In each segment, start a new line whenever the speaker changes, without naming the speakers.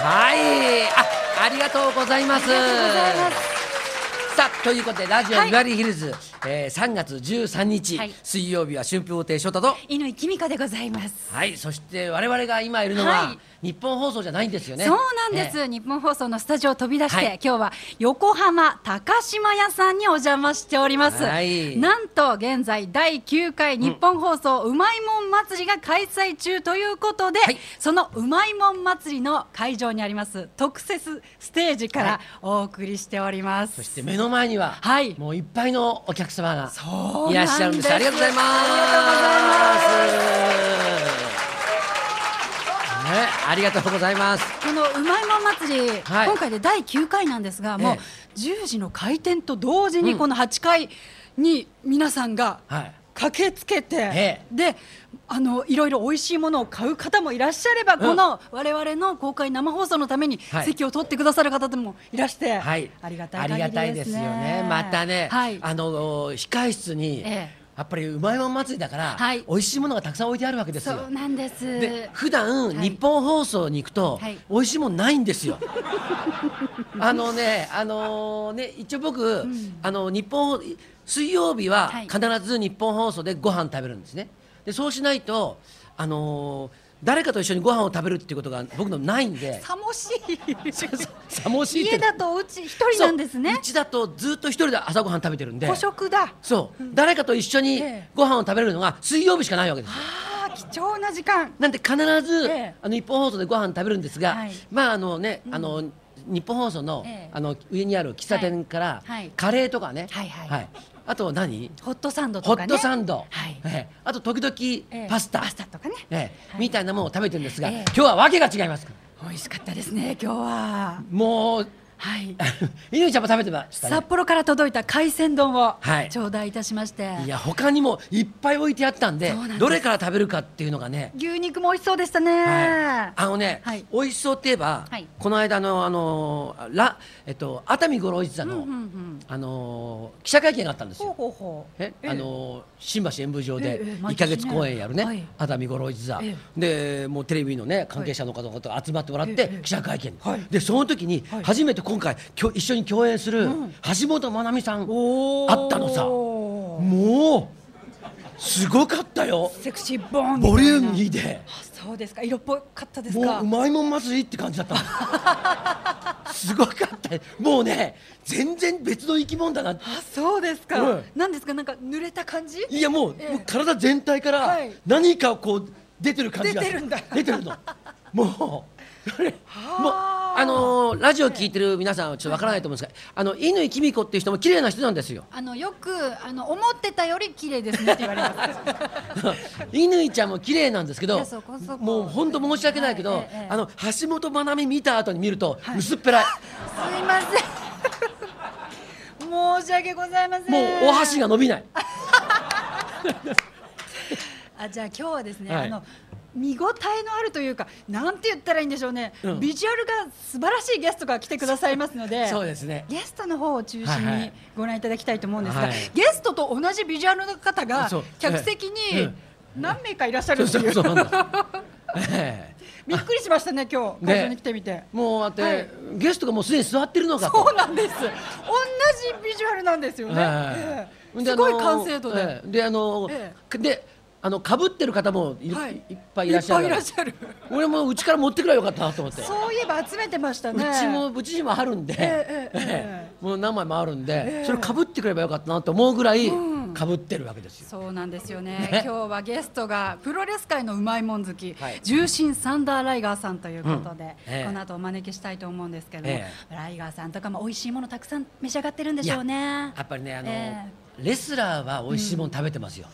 はいあありがとうございます
ありがとうございます
さあということでラジオ
はい
ビバリーヒルズ、えー、3月13日、
はい
水曜日は春風亭昇太と
犬井美香でございます。
はいそして我々が今いるのは、
はい
日本放送じゃないんですよね
そうなんです、
ね
日本放送のスタジオを飛び出して、
はい
今日は横浜高島屋さんにお邪魔しております、
はい
なんと現在第9回日本放送うまいもん祭りが開催中ということで、
はい
そのうまいもん祭りの会場にあります特設ステージか
はい
らお送りしております、
そして目の前には、
はい
もういっぱいのお客様が
そうなんです
いらっしゃるんですありがとうございます
ありがとうございます
ね、ありがとうございます
このうまいもん祭り、
はい
今回で第9回なんですが、もう
え
10時の開店と同時に、
うん
この8回に皆さんが
はい
駆けつけて、
え
であのいろいろ美味しいものを買う方もいらっしゃれば、
ん
この我々の公開生放送のために
はい
席を取ってくださる方でもいらして、
はい、
ありがたい限り
ありがたいですよね。またね、
はい、
あの控室に、
ええ
やっぱりうまいもん祭りだから、
はい
美味しいものがたくさん置いてあるわけです
そう
よ。
なんです。
で普段、
はい
日本放送に行くと、
はい
美味しいもんないんです よ。あのね、あのね、一応僕、あの日本水曜日は
はい
必ず日本放送でご飯食べるんですね。で、そうしないと、あの誰かと一緒にご飯を食べるっていうことが僕のないんで、
さもしい
さもしいって
家だとお家一人なんです
そう
ね
う。ちだとずっと一人で朝ごはん食べてるんで
孤食だ。
そう、誰かと一緒に
ええ
ご飯を食べれるのが水曜日しかないわけですよ
ああ貴重な時間。
なんで必ず、
ええ
あの日本放送でご飯食べるんですが、
はい
まああのね、あの日本放送の,、
ええ
あの上にある喫茶店から、
はいはい
カレーとかね、
はいはい
あと何
ホットサンド
ホ
とかね。
ットサンド、
はい
ええあと時
え
々
え
パスタ、
パスタとかね。
ええ
はい
みたいなものを食べてるんですが、
ええ
今日は訳が違いますから
美味しかったですね今日は。
もう
はい。
犬ちゃんも食べてましたね
札幌から届いた海鮮丼を
はい
頂戴いたしまして、
いや他にもいっぱい置いてあったんで
そうなんです
どれから食べるかっていうのがね、
牛肉も美味しそうでしたね、
はい、あのね、
はい
美味しそうって言えば、
はい
この間のあのらえっと熱海五郎一座の、
うんうんうん
あの記者会見があったんです
ほう
よ。
ほうほう
えあの新橋演舞場で
ええええ
1か月公演やるね、
毎年ね
熱海五郎一座、
え
でもうテレビの、ね、関係者の方々が集まってもらって、
ええええ
記者会見、
はい
でその時に
はい
初めて今回きょ一緒に共演する橋本まなみさん、
おー
あったのさもうすごかったよ
セクシーボーンみたい
ボ
な
リューミーで。
あそうですか色っぽかったです
も
か
ううまいもん祭りって感じだったのすごかったもうね全然別の生き物だな
あそうですか、
うん
なんですかなんか濡れた感じ
いやもう,、
ええ
もう体全体から
はい
何かこう出てる感じが
出てるんだ
出てるのもうそれもう
はあ
あのーラジオ聞いてる皆さんはちょっとわからないと思うんですが、あの乾きみ子っていう人も綺麗な人なんですよ
あのよくあの思ってたより綺麗ですねって言われます
乾ちゃんも綺麗なんですけ
い
ど
やそこそこ
もう本当申し訳ないけど、
はいええええ
あの橋本まなみ見た後に見ると薄っぺらい、
すいません申し訳ございません
もうお箸が伸びない
あじゃあ今日はですね、
はい
あの見応えのあるというかなんて言ったらいいんでしょうね、
うん
ビジュアルが素晴らしいゲストが来てくださいますので
そうですね
ゲストの方を中心
はいは
に
い
ご覧いただきたいと思うんですが、
はい
ゲストと同じビジュアルの方が
そう
客席に
え
何名かいらっしゃる
そう
って
そ
いうう
そうなんです。 ええ
びっくりしましたね今日
ね
会場に来てみて、
もうだって、
はい
ゲストがもうすでに座ってるのかと。
そうなんです同じビジュアルなんですよね、
ええ
ええ
です
ごい完成度で、
あのええであの、
え
であの被ってる方もい,、、
はい
っぱいいらっしゃる。
いっぱいいらっしゃる
俺もうちから持ってくればよかったなと思って。
そういえば集めてました
う
ね
ちもうちにもあるんで、
えええええ
もう何枚もあるんで、
え
それ被ってくればよかったなと思うぐらい被ってるわけですよ。
そうなんですよね
ね
今日はゲストがプロレス界のうまいもん好き、
はい
重心サンダーライガーさんということで、
うんええ
この後お招きしたいと思うんですけれども、
え
ライガーさんとかも美味しいものたくさん召し上がってるんでしょうね
やっぱりねあの、
え
レスラーは美味しいもの食べてますよ。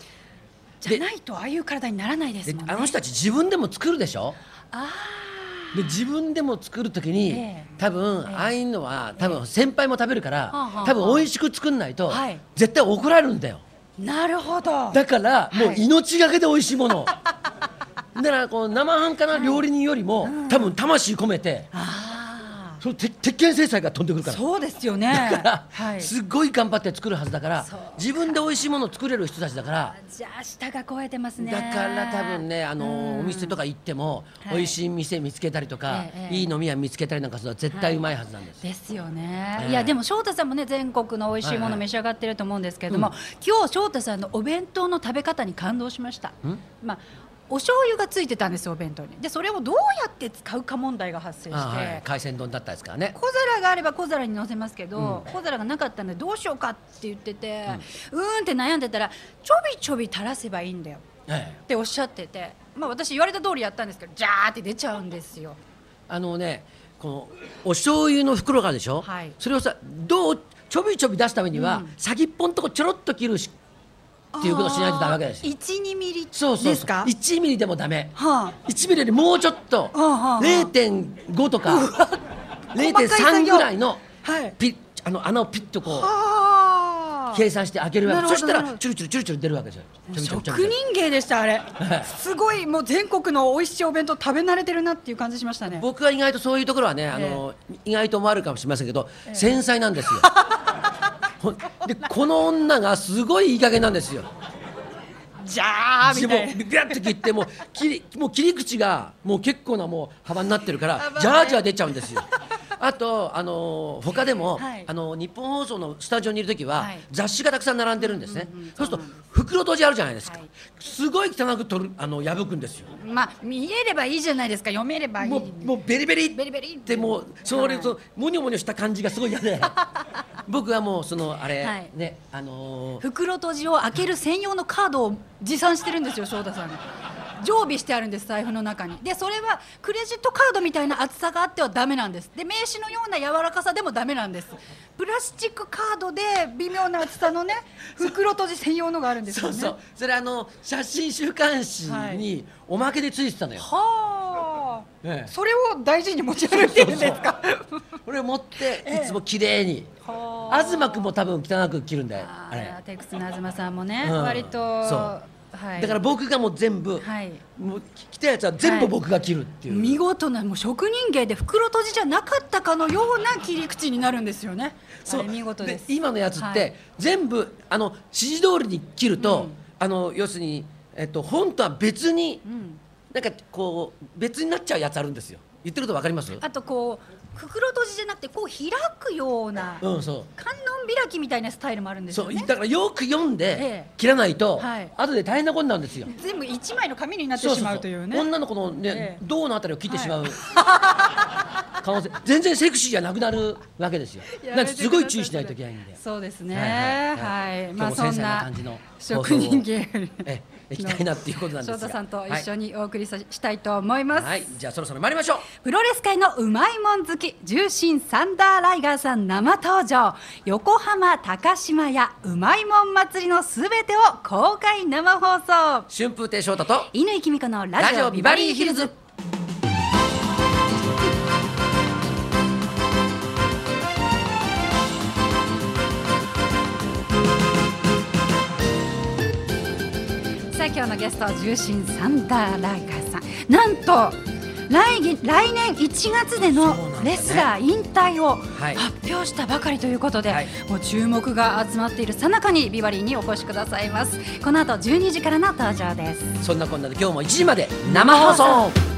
じゃないとああいう体にならないです
で
もんね
あの人たち自分でも作るでしょ。
あ
で自分でも作るときに、
ええ
多分、ああいうのは多分先輩も食べるから、
あはあ
多分美味しく作んないと、
はい
絶対怒られるんだよ
ーなるほど
だから、
い
もう命がけで美味しいも のだからこう生半可な料理人よりも、多分魂込めて
あ
その鉄鉄拳制裁が飛んでくるから。
そうですよね。だ
だから
は い。
すっごい頑張って作るはずだから
そう
自分で美味しいものを作れる人たちだから
じゃあ舌が肥えてますね。
だから多分ねあのーお店とか行っても
はい
美味しい店見つけたりとか
ええええ
いい飲み屋見つけたりなんかするのは絶対うまいはずなんです
ですよね、
ええ
いやでも翔太さんもね全国の美味しいも
はいは
の
い
召し上がってると思うんですけれども、今日翔太さんのお弁当の食べ方に感動しました、まあお醤油がついてたんですよお弁当にでそれをどうやって使うか問題が発生して、
ああはい海鮮丼だったですからね
小皿があれば小皿に乗せますけど、小皿がなかったのでどうしようかって言ってて、うーんって悩んでたらちょびちょび垂らせばいいんだよ
ええ
っておっしゃってて、まあ、私言われた通りやったんですけどジャーって出ちゃうんですよ
あのねこのお醤油の袋があるでしょ
はい
それをさどうちょびちょび出すためには先っぽのとこちょろっと切るしっていうことをしないとダメなわけですよ
12ミリです
そ
か
うそうそう1ミリでもダメ
は
1ミリよりもうちょっと
ああああ
0.5とか
細かい作
0.3
業
ぐらいの
はい
ピッあの穴をピッとこう
あ
計算して開けるわ
なる
け
ほ
そ
ど
した
な
ら
るほど
チュルチュルチュルチュル出るわけですよちょびちょ
職
びちょびちょび
人芸でした あれすごいもう全国の美味しいお弁当食べ慣れてるなっていう感じしましたね
僕は意外とそういうところはねあの、意外と思われるかもしれませんけど、繊細なん ですよほんでこの女がすごいいい加減なんですよ
じゃーみ
自
た
分
いな
ビャッと切ってもう切りもう切り口がもう結構なもう幅になってるから
幅ね
ジャージャー出ちゃうんですよ。あとあのー他でも、
はい
あのー日本放送のスタジオにいる時は、
はい
雑誌がたくさん並んでるんですね。そうすると袋閉じあるじゃないですか。
はい
すごい汚く取るあの破くんですよ。
まあ見えればいいじゃないですか読めればいい
もうもうベリベリ
ベリベリ
ってもうそれ
はい
とモニョモニョした感じがすごい嫌 で僕はもうそのあれ、
はい
ねあのー
袋閉じを開ける専用のカードを持参してるんですよ翔太さんが常備してあるんです財布の中にでそれはクレジットカードみたいな厚さがあってはダメなんですで名刺のような柔らかさでもダメなんですプラスチックカードで微妙な厚さ のね袋閉じ専用のがあるんです
そ
よ
う
ね
そうそれあの写真週刊誌
は
におまけでついてたのよ。
はあ、
ええ
それを大事に持ち歩いてるんですか
これを持っていつも綺麗に、
はあ
東君も多分汚く切るんだよ
あ
あれ
ーテイクスの東さんもね、
うん
割と
そう
はい
だから僕がもう全部、
はい
もう着たやつは全
は
部
い
僕が切るっていう、
見事なもう職人芸で袋閉じじゃなかったかのような切り口になるんですよね。あれ見事です。
今のやつっ
はい
て全部、あの指示通りに切ると、あの要するに、えっと、本とは別に、なんかこう別になっちゃうやつあるんですよ言ってること分かります
あとこう袋閉じじゃなくてこう開くような
うんそう
観音開きみたいなスタイルもあるんです
そ
よ
う
ね。
だからよく読んで、
ええ
切らないと、
はい
後で大変なことになるんですよ
全部一枚の紙になって
そう
し
そう
ま
そう
というね。
女の子のね
え、え
胴のあたりを切ってしまう、可能性全然セクシーじゃなくなるわけですよ
や
な
め
ん
て
か
く
すご
ださい
い注意しないといけないんで
そうですね。
はい
は。
はいい
ま
今
あ
日
そ
も繊
ん
細な
な
感じの
職人芸
ええいきたいなっていうことなんです
翔
が
太さんと一緒
に
にお送りさしたいと思います。
はい、はいじゃあそろそろ参りましょう
プロレス界のうまいもん好き重心サンダーライガーさん生登場横浜高島屋うまいもん祭りのすべてを公開生放送
春風亭昇太と
乾きみ子のラ
ラ
ジ
ジ
オ
オ
ビ
ビ
バ
バ
リ
リ
ー
ー
ヒ
ヒル
ルズ
ズ
さあ今日のゲストは重心サンダーライガーさんなんと来月来年1月での
そうなんだね
レスラー引退を
はい
発表したばかりということで、
はい
もう注目が集まっている最中にビバリーにお越しくださいますこの後12時からの登場です
そんなこんなで今日も1時まで生放送